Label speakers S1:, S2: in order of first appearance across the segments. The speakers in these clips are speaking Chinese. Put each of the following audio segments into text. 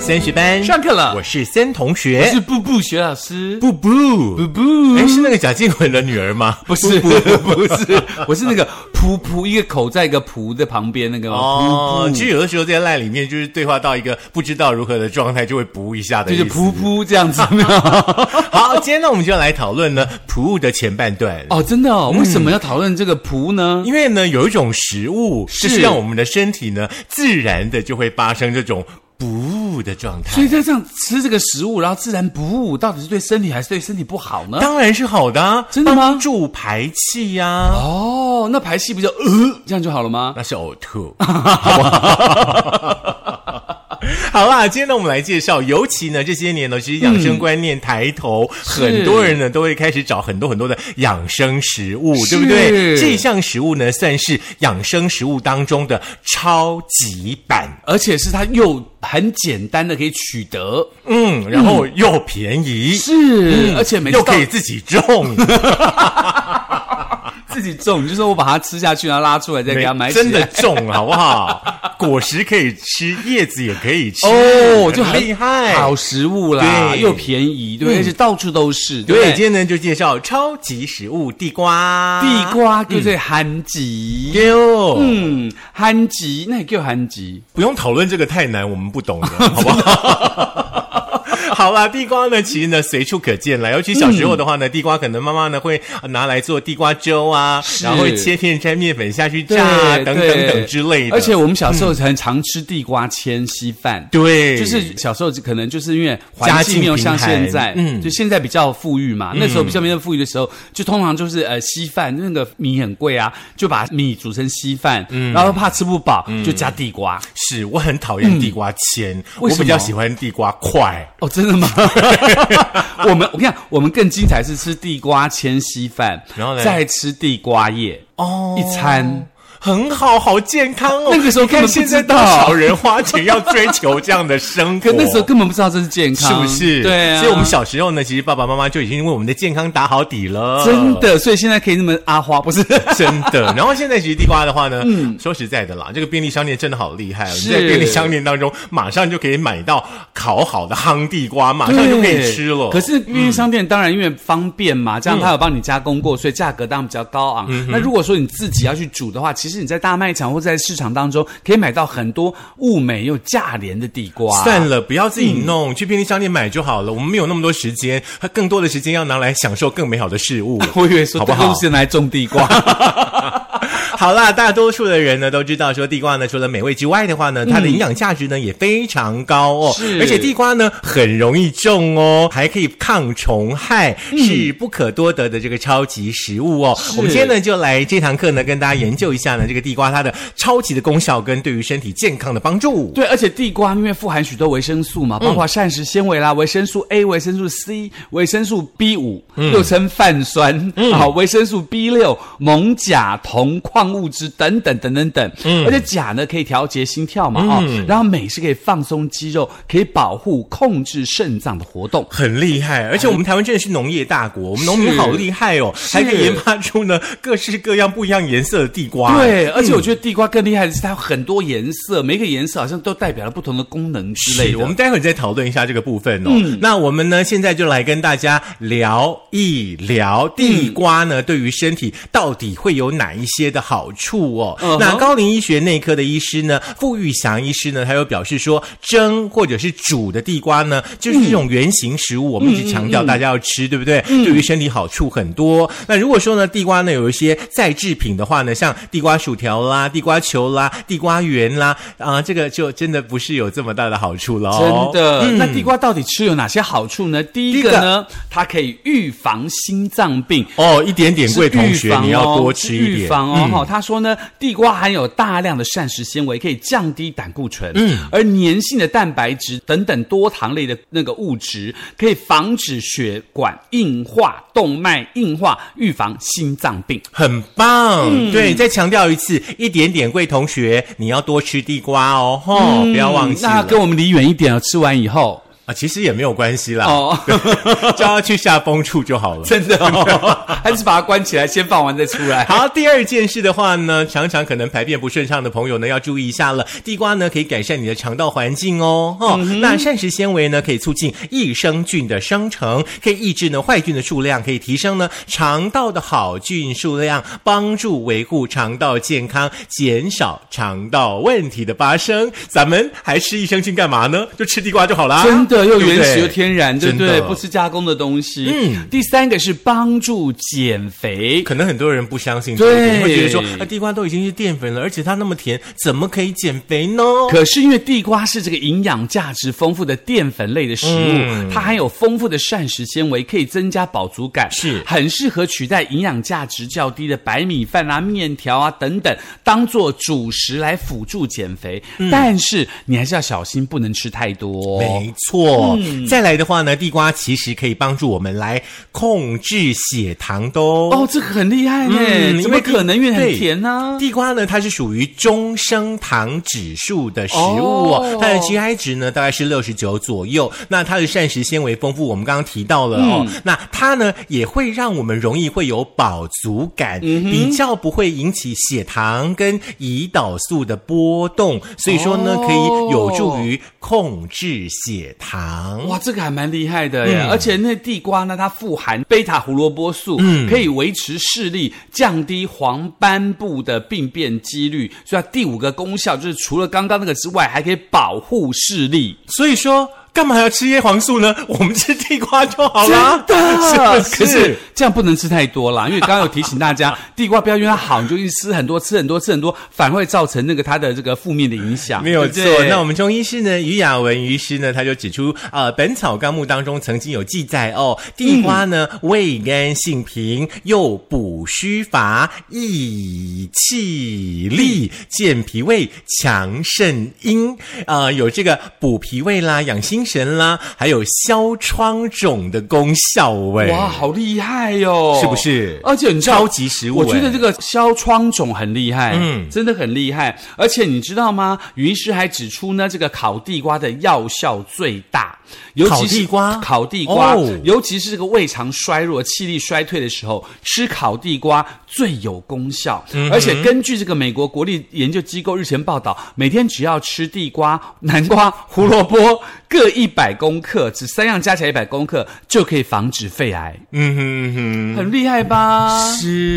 S1: 三学班
S2: 上课了
S1: 我是森同
S2: 我是
S1: 学。
S2: 布布学老师，
S1: 布布
S2: 布，布，
S1: 哎，是那个贾静雯的女儿 吗？
S2: 不是不是， 我是那个噗噗，一个口在一个噗的旁边那个
S1: 哦
S2: 噗，
S1: 其
S2: 噗，
S1: 实有的时候在赖里面，就是对话到一个不知道如何的状态，就会噗一下的
S2: 就
S1: 意
S2: 是
S1: 思。
S2: 噗噗这样子，没有？
S1: 好，今天呢，我们就要来讨论呢噗物的前半段。
S2: 哦，真的哦，为什么要讨论这个噗呢？
S1: 嗯因为呢，有一种食物，
S2: 是
S1: 就是让我们的身体呢，自然的就会发生这种不的状
S2: 所
S1: 态
S2: 以，在这样吃这个食物，然后自然不误，到底是对身体还是对身体不好呢？
S1: 当然是好的、啊，
S2: 真的吗
S1: 帮助排气呀、
S2: 哦，那排气不就呃这样就好了吗？
S1: 那是呕吐，好不好？ 好啦，今天呢，我们来介绍，尤其呢，这些年呢，其实养生观念抬头，
S2: 嗯
S1: 很多人呢都会开始找很多很多的养生食物，对不对？
S2: 是
S1: 这项食物呢，算是养生食物当中的超级版，
S2: 而且是它又很简单的可以取得，
S1: 嗯，然后又便宜，
S2: 嗯是，而且每
S1: 嗯
S2: 次
S1: 又可以
S2: 到
S1: 自己 种，
S2: 自己种，你就说我把它吃下去，然后拉出来再给它买起来，
S1: 真的种，好不好？果实可以吃，叶子也可以吃，
S2: 哦，就
S1: 很
S2: 很
S1: 厉害，
S2: 好食物啦，
S1: 对
S2: 又便宜，对不对，
S1: 嗯
S2: 而且到处都是，对不
S1: 对，
S2: 对，
S1: 今天呢就介绍超级食物地瓜，
S2: 地瓜就
S1: 嗯
S2: 最憨吉，
S1: 哟，
S2: 嗯，憨吉那也叫憨吉，
S1: 不用讨论这个太难，我们不 懂的，好不好？好啦，地瓜呢，其实呢随处可见啦。尤其小时候的话呢，地瓜可能妈妈呢会呃拿来做地瓜粥啊，
S2: 是
S1: 然后会切片沾面粉下去
S2: 对
S1: 炸啊等
S2: 对
S1: 等等之类的。
S2: 而且我们小时候很常吃地瓜千稀饭。
S1: 对，
S2: 就是小时候可能就是因为环境没有像现在
S1: 家，境贫寒嗯嗯
S2: 就现在比较富裕嘛，那时候比较没那么富裕的时候，就通常就是呃稀饭，那个米很贵啊，就把米煮成稀饭，
S1: 嗯
S2: 然后怕吃不饱就加地瓜。
S1: 是我很讨厌地瓜签，我
S2: 嗯为什么
S1: 比较喜欢地瓜块。
S2: 哦，真的吗？ 我们我跟你讲，我们更精彩是吃地瓜千稀饭，
S1: 然后呢
S2: 再吃地瓜叶
S1: 哦
S2: 一餐。
S1: 很好，好健康哦。
S2: 那个时候
S1: 你看
S2: 根本不
S1: 现在
S2: 知道
S1: 多少人花钱要追求这样的生活，
S2: 可那时候根本不知道这是健
S1: 是
S2: 康，
S1: 不是？
S2: 对啊，
S1: 所以我们小时候呢，其实爸爸妈妈就已经为我们的健康打好底了，
S2: 真。的，所以现在可以那么阿花，不是？
S1: 真的，然后现在其实地瓜的话呢，说实在的啦，这个便利商店真的好厉害哦！你
S2: 是
S1: 在便利商店当中，马上就可以买到烤好的夯地瓜，马上就可以吃了。 嗯
S2: 可是便利商店当然因为方便嘛，这样它有帮你加工过，所以价格当然比较高昂。那如果说你自己要去煮的话，其实你在大卖场或在市场当中可以买到很多物美又价廉的地瓜。
S1: 算了，不要自己弄，去便利商店买就好了。我们没有那么多时间，更多的时间要拿来享受更美好的事 物。
S2: 我以为说
S1: 好不
S2: 这
S1: 好
S2: 都是拿来种地瓜，
S1: 好啦，大多数的人呢都知道说地瓜呢，除了美味之外的话呢，它的营养价值呢、也非常高哦。
S2: 是
S1: 而且地瓜呢很容易种哦，还可以抗虫害，是不可多得的这个超级食物哦。我们今天呢就来这堂课呢跟大家研究一下呢这个地瓜它的超级的功效跟对于身体健康的帮助。
S2: 对，而且地瓜因为富含许多维生素
S1: 嗯
S2: 嘛，包括膳食纤维啦、维生素 A、维生素 C、维生素 B 五、
S1: 嗯
S2: 又称泛酸，好、维生素 B 六、锰、钾、铜、矿物质等等等等等。
S1: 嗯
S2: 而且钾呢可以调节心跳嘛，哦，然后镁是可以放松肌肉，可以保护控制肾脏的活动。
S1: 很厉害，而且我们台湾真的是农业大国，我们农民
S2: 是
S1: 好厉害哦，还可以研发出呢各式各样不一样颜色的地瓜。
S2: 对，而
S1: 嗯
S2: 且我觉得地瓜更厉害的是它有很多颜色，每个颜色好像都代表了不同的功能之类
S1: 是
S2: 的。
S1: 我们待会儿再讨论一下这个部分哦。
S2: 嗯
S1: 那我们呢，现在就来跟大家聊一聊地瓜呢，对于身体到底会有哪一些的好处哦。
S2: 嗯哼
S1: 那高龄医学内科的医师呢，傅玉祥医师呢，他又表示说，蒸或者是煮的地瓜呢，就是这种圆形食物，我们一直强
S2: 嗯
S1: 调大家要吃，对不对？对于身体好处很多。那如果说呢，地瓜呢有一些再制品的话呢，像地瓜薯条啦、地瓜球啦、地瓜圆啦，啊、这个就真的不是有这么大的好处了、哦。
S2: 真的，那地瓜到底吃有哪些好处呢？第一个呢，它可以预防心脏病。
S1: 哦，一点点贵，
S2: 是
S1: 同
S2: 预
S1: 学
S2: 防哦
S1: 你要多吃一
S2: 预
S1: 点。嗯
S2: 防哦。哈、他说呢，地瓜含有大量的膳食纤维，可以降低胆固醇，嗯，而粘性的蛋白质等等多糖类的那个物质，可以防止血管硬化、动脉硬化，预防心脏病。
S1: 很棒，
S2: 嗯
S1: 对，再强调一次，一点点贵，同学你要多吃地瓜哦，吼，不要忘记
S2: 嗯那
S1: 了。
S2: 跟我们离远一点哦，吃完以后。
S1: 啊，其实也没有关系啦，
S2: 哦
S1: 对 叫他去下风处就好了。
S2: 真的哦，还是把它关起来，先放完再出来。
S1: 好，第二件事的话呢，常常可能排便不顺畅的朋友呢，要注意一下了。地瓜呢，可以改善你的肠道环境哦。哦，
S2: 嗯
S1: 那膳食纤维呢，可以促进益生菌的生成，可以抑制呢坏菌的数量，可以提升呢肠道的好菌数量，帮助维护肠道健康，减少肠道问题的发生。咱们还吃益生菌干嘛呢？就吃地瓜就好啦。
S2: 真的又
S1: 对不
S2: 原始
S1: 对
S2: 又天然，对不
S1: 啊真
S2: 对？
S1: 的
S2: 不吃加工的东西。
S1: 嗯，
S2: 第三个是帮助减肥。
S1: 可能很多人不相信这一点，
S2: 对
S1: 会觉得说啊，地瓜都已经是淀粉了，而且它那么甜，怎么可以减肥呢？
S2: 可是因为地瓜是这个营养价值丰富的淀粉类的食物，
S1: 嗯
S2: 它含有丰富的膳食纤维，可以增加饱足感，
S1: 是
S2: 很适合取代营养价值较低的白米饭啊、面条啊等等，当做主食来辅助减肥。但是你还是要小心，不能吃太多。
S1: 嗯没错，再来的话呢，地瓜其实可以帮助我们来控制血糖的
S2: 哦
S1: 哦。，
S2: 这个很厉害呢，
S1: 嗯
S2: 怎
S1: 因
S2: 么
S1: 为地
S2: 可能？因为很
S1: 对
S2: 甜啊呢、
S1: 地瓜呢，它是属于中升糖指数的食物哦
S2: 哦，
S1: 它的 GI 值呢大概是六十九左右。那它的膳食纤维丰富，我们刚刚提到了哦。
S2: 嗯
S1: 那它呢也会让我们容易会有饱足感，
S2: 嗯
S1: 比较不会引起血糖跟胰岛素的波动，所以说呢、
S2: 哦
S1: 可以有助于控制血糖。
S2: 哇，这个还蛮厉害的耶！
S1: 嗯
S2: 而且那地瓜呢，它富含贝塔胡萝卜素，
S1: 嗯
S2: 可以维持视力，降低黄斑部的病变几率。所以它第五个功效就是除了刚刚那个之外，还可以保护视力。
S1: 所以说，干嘛要吃叶黄素呢？ 我们吃地瓜就好啦。
S2: 的
S1: 是
S2: 可
S1: 不
S2: 是
S1: 是？
S2: 这样不能吃太多啦，因为刚刚有提醒大 家，地瓜不要因为它好你就一直吃很多、吃很多、吃很多，反而会造成那个它的这个负面的影响。
S1: 没有错
S2: 啊对不，对
S1: 那我们中医师呢，于雅文于师呢，他就指出，呃，《本草纲目》当中曾经有记载哦，地瓜呢，
S2: 嗯
S1: 味甘性平，又补虚乏，益气力，健脾胃，强肾阴，呃，有这个补脾胃啦、养心神啦，还有消疮肿的功效喂。
S2: 哇，好厉害哟、
S1: 是不是
S2: 而且你知道
S1: 超级食物
S2: 我觉得
S1: 欸
S2: 这个消疮肿很厉害，嗯，
S1: 嗯
S2: 真的很厉害。而且你知道吗？于医师还指出呢，这个烤地瓜的药效最大，尤
S1: 烤
S2: 其是
S1: 地瓜
S2: 烤地瓜，
S1: 哦
S2: 尤其是这个胃肠衰弱、气力衰退的时候，吃烤地瓜最有功效。
S1: 嗯
S2: 而且根据这个美国国立研究机构日前报道，每天只要吃地瓜、南瓜、胡萝卜各一百公克，只三样加起来一百公克，就可以防止肺癌。
S1: 嗯哼嗯
S2: 很厉害吧？
S1: 哼，是。。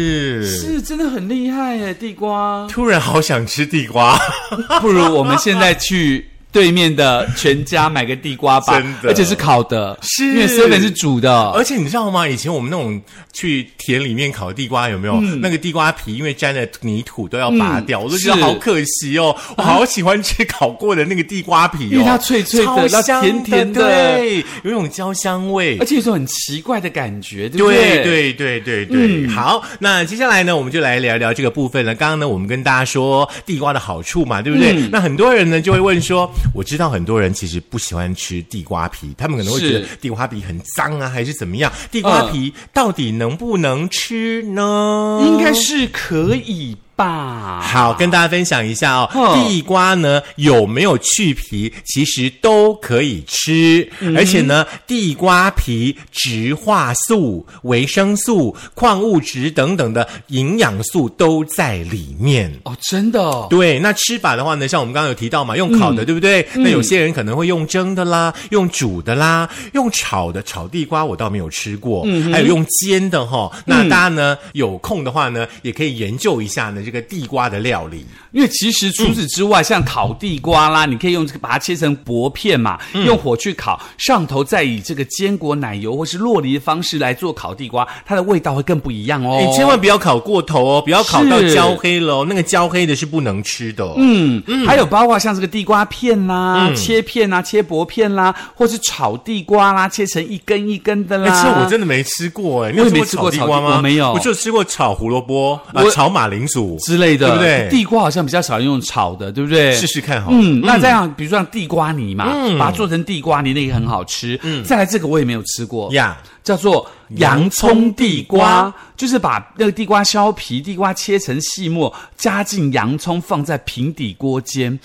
S2: 是，真的很厉害耶，地瓜
S1: 突然好想吃地瓜，
S2: 不如我们现在去对面的全家买个地瓜吧，
S1: 真的
S2: 而且是烤的，
S1: 是
S2: 因为 seven 是煮的。
S1: 而且你知道吗？以前我们那种去田里面烤地瓜，有没有、
S2: 嗯
S1: 那个地瓜皮，因为沾了泥土都要拔掉，我都觉得
S2: 是啊
S1: 好可惜哦。我好喜欢吃烤过的那个地瓜皮哦，
S2: 因为它脆脆的
S1: 超
S2: 然后
S1: 香
S2: 甜甜的
S1: 对，有一种焦香味
S2: 而。且有种很奇怪的感觉，对不
S1: 对
S2: 对？嗯
S1: 对对对对，好，那接下来呢，我们就来聊聊这个部分了。刚刚呢，我们跟大家说地瓜的好处嘛，对不对？
S2: 嗯
S1: 那很多人呢就会问说，我知道很多人其实不喜欢吃地瓜皮，他们可能会觉得
S2: 是
S1: 地瓜皮很脏啊，还是怎么样？地瓜
S2: 嗯
S1: 皮到底能不能吃呢？
S2: 应该是可以吧？
S1: 好，跟大家分享一下哦，
S2: 嗯
S1: 地瓜呢有没有去皮，其实都可以吃，而且呢，地瓜皮植化素、维生素、矿物质等等的营养素都在里面。
S2: 哦，真的哦。
S1: 对，那吃法的话呢，像我们刚刚有提到嘛，用烤的，对不对？那有些人可能会用蒸的啦，用煮的啦，用炒的，炒地瓜我倒没有吃过，还有用煎的哈、那大家呢、有空的话呢，也可以研究一下呢这个地瓜的料理。
S2: 因为其实除此之外，像烤地瓜啦，你可以用这个把它切成薄片嘛，用火去烤，上头再以这个坚果奶油或是洛梨的方式来做烤地瓜，它的味道会更不一样哦。
S1: 你哎千万不要烤过头哦，不要烤到
S2: 是
S1: 焦黑了哦，那个焦黑的是不能吃的、哦。
S2: 嗯，还有包括像这个地瓜片啦、切片啦、切薄片啦，或是炒地瓜啦，切成一根一根的
S1: 哎，
S2: 啦。
S1: 其实我真的没吃过哎，你有
S2: 嗯啊我也没吃
S1: 吃
S2: 过
S1: 过炒地瓜
S2: 炒地
S1: 吗？
S2: 我没有
S1: 我就吃过炒胡萝卜啊、
S2: 我
S1: 炒马铃薯
S2: 之类的，
S1: 对不对
S2: 地瓜好像比较少用炒的，对不对？
S1: 试试看好了
S2: 嗯，那这样，比如说像地瓜泥嘛，把它做成地瓜泥，那个很好吃。嗯，再来这个我也没有吃过，
S1: 呀。
S2: 叫做嗯洋葱地瓜，就是把那个地瓜削皮，地瓜切成细末，加进洋葱，放在平底锅煎。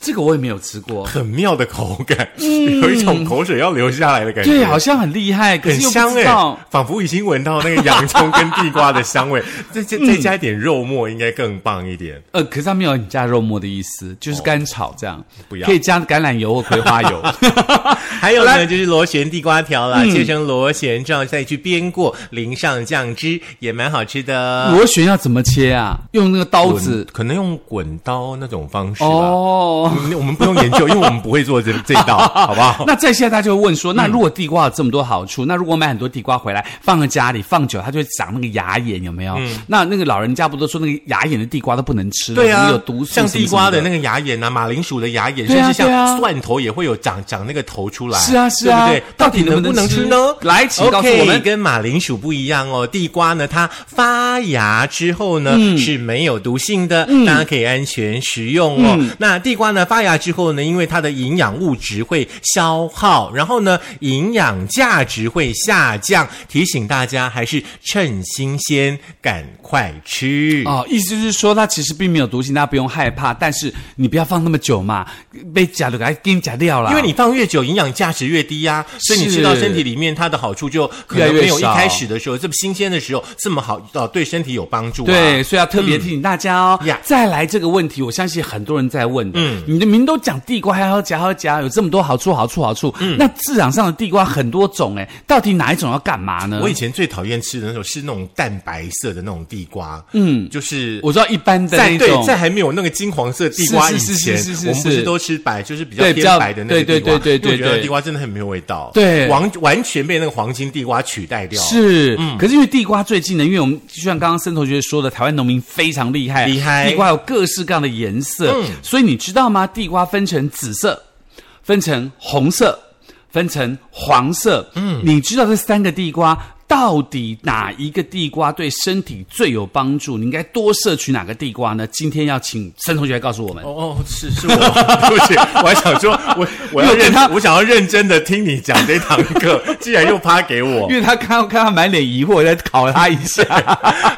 S2: 这个我也没有吃过。
S1: 很妙的口感，有一种口水要流下来的感觉。
S2: 嗯对，好像很欸厉害，可
S1: 很
S2: 是又
S1: 香
S2: 不知
S1: 哎、
S2: 道。
S1: 仿佛已经闻到那个洋葱跟地瓜的香 味，再
S2: 嗯
S1: 再再加一点肉末，应该更棒一点。
S2: 呃，可是它没有你加肉末的意思，就是干炒这样，
S1: 哦不要
S2: 可以加橄榄油或葵 花油。
S1: 还有
S2: 好
S1: 呢，
S2: 啦
S1: 就是螺旋地瓜条
S2: 嗯
S1: 啦，切成螺旋状，再去煸过，淋上酱汁，也蛮好吃的。哦
S2: 螺旋要怎么切啊？用那个刀子
S1: 嗯可能用滚刀那种方式吧。
S2: 哦。
S1: 嗯我们不用研究，因为我们不会做这这一道，好不好？
S2: 那在现在大家就会问说，
S1: 嗯
S2: 那如果地瓜有这么多好处，那如果买很多地瓜回来放在家里放久，它就会长那个牙眼，有没有？那那个老人家不都说那个牙眼的地瓜都不能吃，
S1: 嗯对啊
S2: 有毒素，
S1: 像地瓜的那
S2: 个。
S1: 个牙眼啊，马铃薯的牙眼，
S2: 对
S1: 甚
S2: 啊
S1: 至
S2: 对
S1: 像
S2: 啊
S1: 蒜头也会有长长那个头出来。
S2: 是啊是啊
S1: 对不对？到
S2: 到
S1: 底
S2: 底
S1: 能
S2: 能
S1: 不
S2: 不
S1: 能
S2: 能
S1: 吃
S2: 吃
S1: 呢？
S2: 来请告诉我们
S1: OK，跟马铃薯不一样哦。地瓜呢，它发芽之后呢、
S2: 嗯
S1: 是没有毒性的，大家可以安全食用
S2: 嗯
S1: 哦。那地瓜呢，发芽之后呢，因为它的营养物质会消耗，然后呢，营养价值会下降。提醒大家，还是趁新鲜，赶快吃。
S2: 哦，意思就是说它其实并没有毒性，大家不用害怕，但是你不要放那么久嘛，被夹的给给你夹掉了。
S1: 因为你放越久，营养价值越低呀、所以你
S2: 是
S1: 吃到身体里面它的好处就可能
S2: 越来越
S1: 没有一
S2: 少
S1: 开始的时候这么新鲜的时候这么好，呃，对身体有帮助、啊。嗯
S2: 对，，所以要特别提醒大家哦。
S1: 呀嗯
S2: 再来这个问题，我相信很多人在问的。你的名都讲地瓜，还要夹，还要夹，有这么多好处，好处，好处。
S1: 嗯
S2: 那市场上的地瓜很多种，哎，到底哪一种要干嘛呢？
S1: 我以前最讨厌吃的那种是那种淡白色的那种地瓜，嗯，就是
S2: 我知道一般的
S1: 在
S2: 那
S1: 对
S2: 种，
S1: 在还没有那个金黄色地瓜以
S2: 是是
S1: 前
S2: 是是是，是
S1: 我们不是
S2: 是
S1: 都吃白，就是比较
S2: 对比
S1: 偏
S2: 较
S1: 白的那个地瓜，
S2: 对对对对
S1: 因为我觉得
S2: 对
S1: 地瓜真的很没有味道，
S2: 对
S1: 完完全被那个黄金地瓜取代掉。嗯
S2: 是，可是因为地瓜最近呢，因为我们就像刚刚森同学说的，台湾农民非常厉害，
S1: 厉害
S2: 地瓜有各式各样的颜色，
S1: 嗯
S2: 所以你知道吗？地瓜分成紫色，分成红色，分成黄色，嗯，你知道这三个地瓜？到底哪一个地瓜对身体最有帮助？你应该多摄取哪个地瓜呢？今天要请森同学来告诉我们。
S1: 哦哦，是是我， 对不起，我还想说，我我要
S2: 因为
S1: 认
S2: 他，
S1: 我想要认真的听你讲这堂课，既然又趴给我
S2: 因。为他看看他满脸疑惑，我再考他一 下。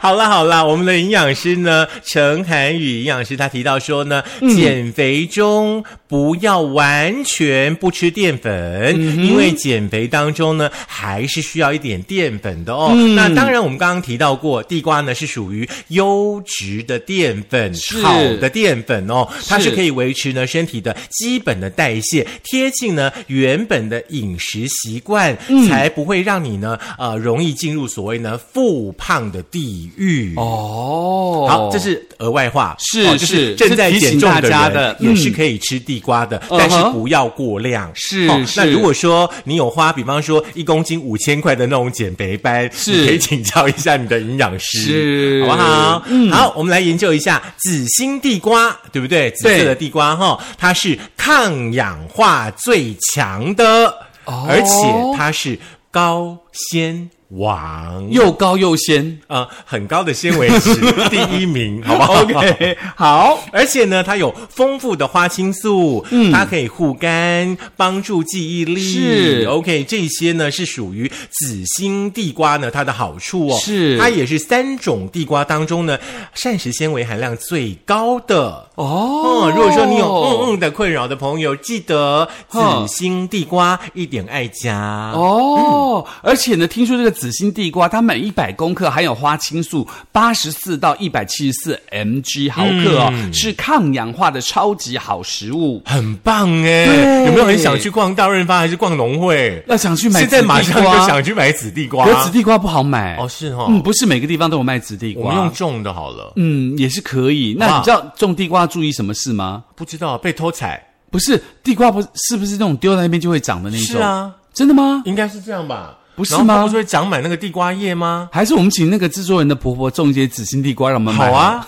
S1: 好啦好啦，我们的营养师呢，陈涵宇营养师他提到说呢，减肥中不要完全不吃淀粉，因为减肥当中呢，还是需要一点淀粉的哦。那当然，我们刚刚提到过，地瓜呢是属于优质的淀粉，
S2: 是
S1: 好的淀粉哦，它是
S2: 是
S1: 可以维持呢身体的基本的代谢，贴近呢原本的饮食习惯，才不会让你呢呃容易进入所谓呢复胖的地狱。
S2: 哦
S1: 好，这是额外话，
S2: 是
S1: 哦就是正在
S2: 是提
S1: 减
S2: 醒
S1: 重
S2: 大
S1: 的
S2: 家
S1: 人
S2: 的
S1: 也
S2: 嗯
S1: 是可以吃地瓜的，
S2: 嗯
S1: 但是
S2: 哼
S1: 不要过量。哦
S2: 是是
S1: 那如果说你有花，比方说一公斤五千块的那种减肥班，
S2: 是
S1: 你可以请教一下你的营养师，
S2: 是嗯
S1: 好不好？好，我们来研究一下紫心地瓜，对不对？紫色的地瓜哈，它是抗氧化最强的，
S2: 哦
S1: 而且它是高纤王。
S2: 又高又鲜。
S1: 呃，很高的纤维 值，第一名，好不 好
S2: OK，好。
S1: 而且呢，它有丰富的花青素，
S2: 嗯
S1: 它可以护肝，帮助记忆力。
S2: 是
S1: OK，这些呢是属于紫心地瓜呢它的好处哦。
S2: 是
S1: 它也是三种地瓜当中呢膳食纤维含量最高的。
S2: 哦
S1: 嗯，如果说你有嗯嗯的困扰的朋友，记得紫
S2: 哼
S1: 心地瓜一点爱家。
S2: 哦，而且呢，听说这个紫心地瓜，它每一百公克含有花青素八十四到一百七十四 mg 毫克哦，是抗氧化的超级好食物。
S1: 很棒哎，
S2: 对
S1: 有没有很想去逛大润发还是逛农会？
S2: 要想去买
S1: 现在马上
S2: 紫地瓜
S1: 就想去买紫地瓜
S2: 可。是紫地瓜不好买
S1: 哦，是哦，
S2: 嗯，不是每个地方都有卖紫地
S1: 我们用
S2: 瓜。
S1: 种的好了，
S2: 嗯，也是可以。
S1: 哇
S2: 那你知道种地瓜注意什么事吗？
S1: 不知道被偷采
S2: 不是地瓜不是是不是那种丢在那边就会长的那种？
S1: 是，啊，
S2: 真的吗？
S1: 应该是这样吧？
S2: 不是
S1: 然后
S2: 吗
S1: 它不是会长满那个地瓜叶吗？
S2: 还是我们请那个制作人
S1: 啊
S2: 啊 的婆婆种一些紫心地瓜，让我们买
S1: 好。啊。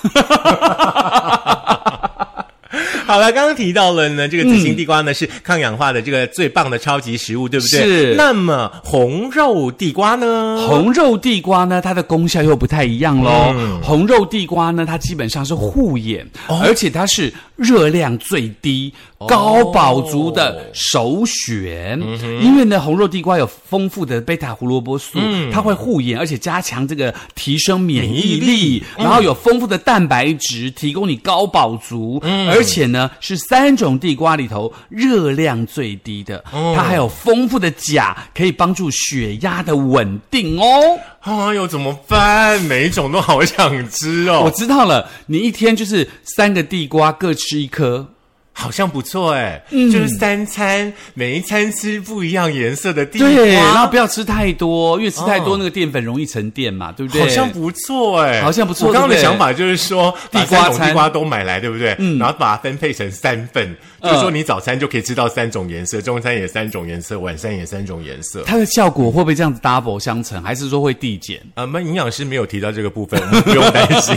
S1: 好了，刚刚提到了呢，这个紫心地瓜呢、是抗氧化的这个最棒的超级食物，对不对？
S2: 嗯是
S1: 那么红肉地瓜呢？
S2: 红肉地瓜呢，它的功效又不太一样喽。红肉地瓜呢，它基本上是护眼，而且它是热量最低、高饱足的首选。因为呢，红肉地瓜有丰富的贝塔胡萝卜素，它会护眼，而且加强这个提升嗯免疫
S1: 免疫
S2: 力，嗯然后有丰富的蛋白质，提供你高饱足。而且呢，是三种地瓜里头热量最低的，它还有丰富的钾，可以帮助血压的稳定哦。
S1: 哎呦，怎么办？每一种都好想吃
S2: 我
S1: 哦，
S2: 知道了，你一天就是三个地瓜各吃一颗。
S1: 好像不错哎，
S2: 嗯
S1: 就是三餐每一餐吃不一样颜色的地瓜，
S2: 对，然后不要吃太多，因为吃太
S1: 哦
S2: 多那个淀粉容易沉淀嘛，对不对？
S1: 好像不错哎，
S2: 好像不错
S1: 我刚刚的
S2: 对不对
S1: 想法就是说，
S2: 地
S1: 把
S2: 瓜
S1: 三种
S2: 餐
S1: 地瓜都买来，对不对？
S2: 嗯
S1: 然后把它分配成三份，就是说你早餐就可以吃到三种颜色，中餐也三种颜色，晚餐也三种颜色。
S2: 它的效果会不会这样子 double 相乘，还是说会递 减？
S1: 啊，我们营养师没有提到这个部分，我们不用担心。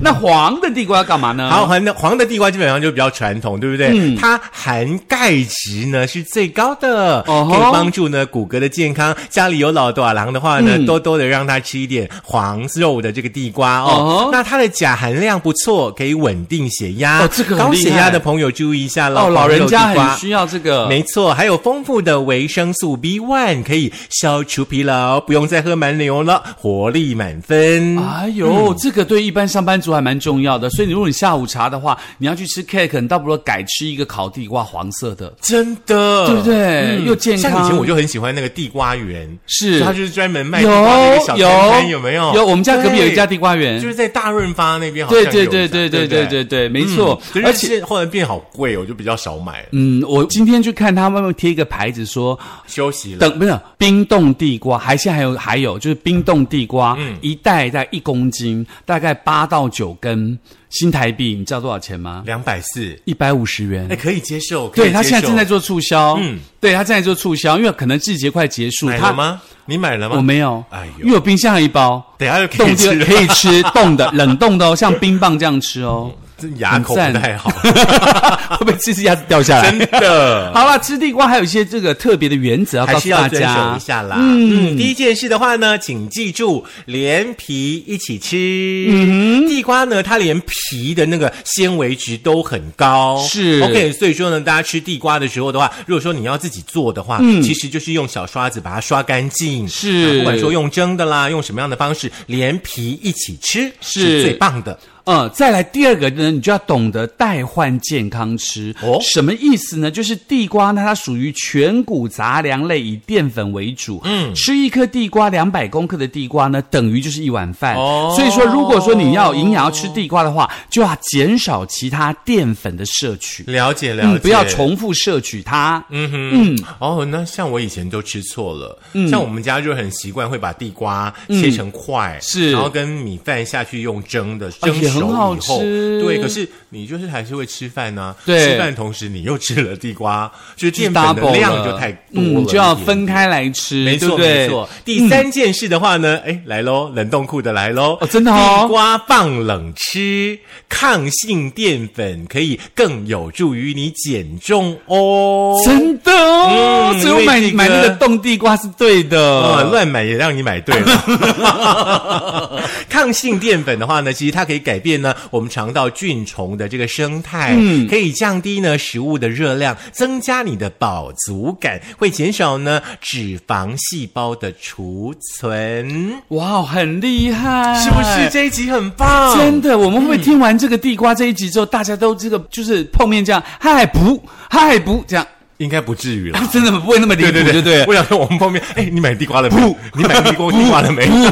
S2: 那黄的地瓜要干嘛呢？
S1: 好，，
S2: 哦
S1: 黄的黄的地瓜基本上就比较传统，对不对？
S2: 嗯
S1: 它含钙质呢是最高的，
S2: 哦吼
S1: 可以帮助呢骨骼的健康。家里有老短郎的话呢，
S2: 嗯
S1: 多多的让他吃一点黄肉的这个地瓜
S2: 哦
S1: 哦。
S2: 吼
S1: 那它的钾含量不错，可以稳定血压。
S2: 哦这个很
S1: 高血
S2: 厉害
S1: 压的朋友注意一下了，
S2: 哦，老人家
S1: 黄肉地瓜
S2: 很需要这个。
S1: 没错，还有丰富的维生素 B one 可以消除疲劳，不用再喝蛮牛了，活力满分。
S2: 哎呦，这个对一般上班族还蛮重要的，所以如果你下午茶的话，你要去吃 cake，你倒不如改吃一个烤地瓜，黄色的。
S1: 真的，嗯
S2: 对不对又健康
S1: 像以前我就很喜欢那个地瓜园，
S2: 是
S1: 就它就是专门卖地
S2: 有
S1: 瓜的一个小
S2: 有
S1: 摊摊，有没有？
S2: 有，我们家隔壁有一家地瓜园，
S1: 对，就是在大润发那边好像
S2: 对
S1: 有，
S2: 对对对对
S1: 对
S2: 对
S1: 不
S2: 对。对，没错，
S1: 嗯
S2: 而
S1: 而
S2: 且。
S1: 且后来变好贵，我就比较少买了，
S2: 嗯，我今天去看他们贴一个牌子说，
S1: 休息了。
S2: 等不是冰冻地瓜，还现在还有还有就是冰冻地瓜，
S1: 嗯
S2: 一袋大概一公斤，大概八到九根新台币，你知道多少钱吗？
S1: 两百四，
S2: 一百五十元
S1: 哎，。可以接受。可以
S2: 对他
S1: 接
S2: 现在
S1: 受
S2: 正在做促销，嗯
S1: 嗯，
S2: 对他正在做促销，因为可能季节快结束，
S1: 买
S2: 他
S1: 了吗？你买了吗？
S2: 我没有，
S1: 哎呦
S2: 因为我冰箱有一包，
S1: 等一下就可
S2: 冻
S1: 以吃
S2: 地
S1: 了
S2: 可以吃冻的，冷冻的哦，像冰棒这样 吃哦，
S1: 这牙口不
S2: 很赞
S1: 太好，
S2: 会不会吃吃牙齿掉下来？
S1: 真的。
S2: 好了，吃地瓜还有一些这个特别的原则要告
S1: 还
S2: 诉
S1: 是要
S2: 大
S1: 遵守
S2: 家
S1: 一。下啦。嗯，第一件事的话呢，请记住连皮一起吃。嗯，地瓜呢，它连皮的那个纤维值都很高。
S2: 是
S1: OK，所以说呢，大家吃地瓜的时候的话，如果说你要自己做的话，其实就是用小刷子把它刷干净。
S2: 嗯是
S1: 啊不管说用蒸的啦，用什么样的方式，连皮一起吃
S2: 是
S1: 最棒的。
S2: 嗯，再来第二个呢，你就要懂得代换健康吃。
S1: 哦
S2: 什么意思呢？就是地瓜呢，它属于全谷杂粮类，以淀粉为主。嗯，吃一颗地瓜，两百公克的地瓜呢，等于就是一碗饭。
S1: 哦
S2: 所以说，如果说你要营养要吃地瓜的话，就要减少其他淀粉的摄取，
S1: 了解了解，
S2: 嗯，不要重复摄取它。嗯，
S1: 哦，那像我以前都吃错了，像我们家就很习惯会把地瓜切成块，
S2: 嗯是
S1: 然后跟米饭下去用蒸的，
S2: 啊
S1: 蒸
S2: 也
S1: 熟
S2: 很好
S1: 以后，
S2: 吃
S1: 对。可是你就是还是会吃饭呢、
S2: 对
S1: 吃饭同时你又吃了地瓜，就是淀粉
S2: double
S1: 的
S2: 了
S1: 量就太多了，
S2: 嗯，就要分。开来吃，
S1: 没
S2: 对
S1: 错，
S2: 不对
S1: 没错。第三件事的话呢，哎、来喽，冷冻库的来喽、
S2: 哦真的哦
S1: 地瓜放冷吃，抗性淀粉可以更有助于你减重哦。
S2: 真的哦，
S1: 嗯
S2: 所以我买
S1: 因为这个
S2: 买那个冻地瓜是对
S1: 呃，
S2: 的。
S1: 乱买也让你买对 了。抗性淀粉的话呢，其实它可以改变呢我们肠道菌虫的这个生态，嗯，可以降低呢食物的热量，增加你的饱足感，会减少呢脂肪细胞的储存，
S2: 哇，很厉害，
S1: 是不是？？这一集很棒，
S2: 哎真的，我们会不会听完这个地瓜这一集之后，大家都这个就是碰面这样，嗨不嗨不这样，
S1: 应该不至于了。
S2: 真的不会那么离谱，
S1: 对对
S2: 对
S1: 对，
S2: 了
S1: 我想说我们碰面，哎，你买地瓜了没？你买地瓜地瓜了没？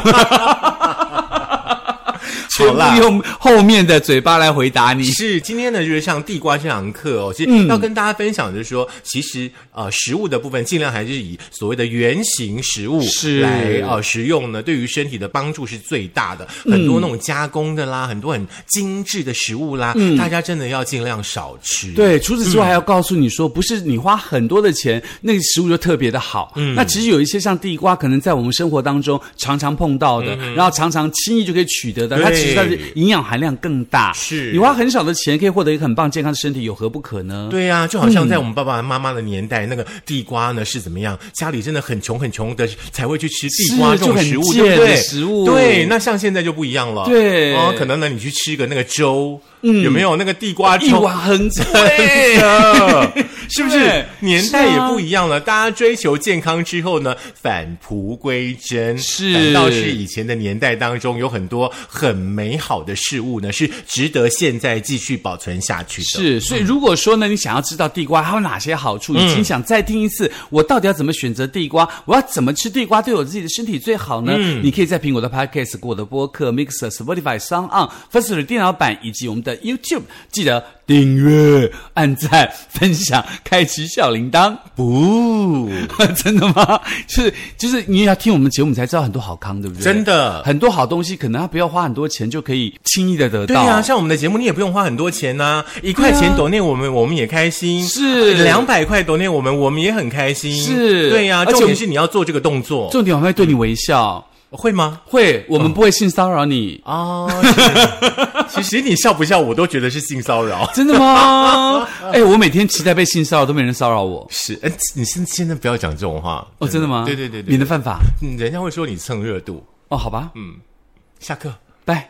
S2: 全
S1: 好啦
S2: 部用后面的嘴巴来回答你。嗯
S1: 是今天呢，就是上地瓜这堂课哦，其实要跟大家分享的是说，其实呃食物的部分尽量还是以所谓的原型食物
S2: 是
S1: 来呃食用呢，对于身体的帮助是最大的。很多那
S2: 嗯
S1: 种加工的啦，很多很精致的食物啦，大家真的要尽量少吃。。
S2: 对，除此
S1: 嗯
S2: 之外还要告诉你说，不是你花很多的钱，那个食物就特别的好。
S1: 嗯
S2: 那其实有一些像地瓜，可能在我们生活当中常常碰到的，然后常常轻易就可以取得的，它
S1: 嗯对
S2: 其实吃，但是营养含量更大。
S1: 是
S2: 你花很少的钱可以获得一个很棒健康的身体，有何不可呢？
S1: 对呀、就好像在我们爸爸妈妈的年代，那个地瓜呢是怎么样？家里真的很穷很穷的才会去吃地瓜
S2: 是
S1: 这种
S2: 就很
S1: 食物，
S2: 贱
S1: 对不对？
S2: 的食物
S1: 对，那像现在就不一样了。
S2: 对嗯
S1: 哦，可能呢你去吃个那个粥，有没有那个地瓜
S2: 一
S1: 粥？
S2: 碗很贵，
S1: 对，是不是
S2: 对
S1: 年代
S2: 是
S1: 也
S2: 啊
S1: 不一样了？大家追求健康之后呢，返璞归真，
S2: 是
S1: 反倒是以前的年代当中有很多很美好的事物呢，是值得现在继续保存下去的。
S2: 是，
S1: 嗯
S2: 所以如果说呢，你想要知道地瓜它有哪些好处，已经想再听一次，我到底要怎么选择地瓜，我要怎么吃地瓜对我自己的身体最好呢？
S1: 嗯
S2: 你可以在苹果的 Podcast、我的播客、Mixer、Spotify、s o n On、Firstory 电脑版以及我们的 YouTube，记得订阅、按赞、分享、开启小铃铛。
S1: 不，
S2: 真的吗？是，就是你也要听我们节目，你才知道很多好康，对不对？
S1: 真的
S2: 很多好东西，可能他不要花很多钱就可以轻易的得
S1: 对啊
S2: 到。
S1: 呀、像我们的节目，你也不用花很多钱呐、一块钱抖内我们，我们也开心；呃
S2: 是
S1: 两百块抖内我们，我们也很开心。
S2: 是
S1: 对呀、
S2: 而且
S1: 重
S2: 我
S1: 点
S2: 们
S1: 是你要做这个动作，
S2: 重点我们会对你微笑。
S1: 会吗？
S2: 会，我们不会性骚扰你。
S1: 哦，是其实你笑不笑，我都觉得是性骚扰。
S2: 真 的吗？哎、我每天期待被性骚扰，都没人骚扰我。
S1: 是，哎，你现现在不要讲这种话
S2: 哦，真的吗？
S1: 对对对对，
S2: 免得犯法。
S1: 嗯人家会说你蹭热度。
S2: 哦，好吧，
S1: 下课。
S2: 拜、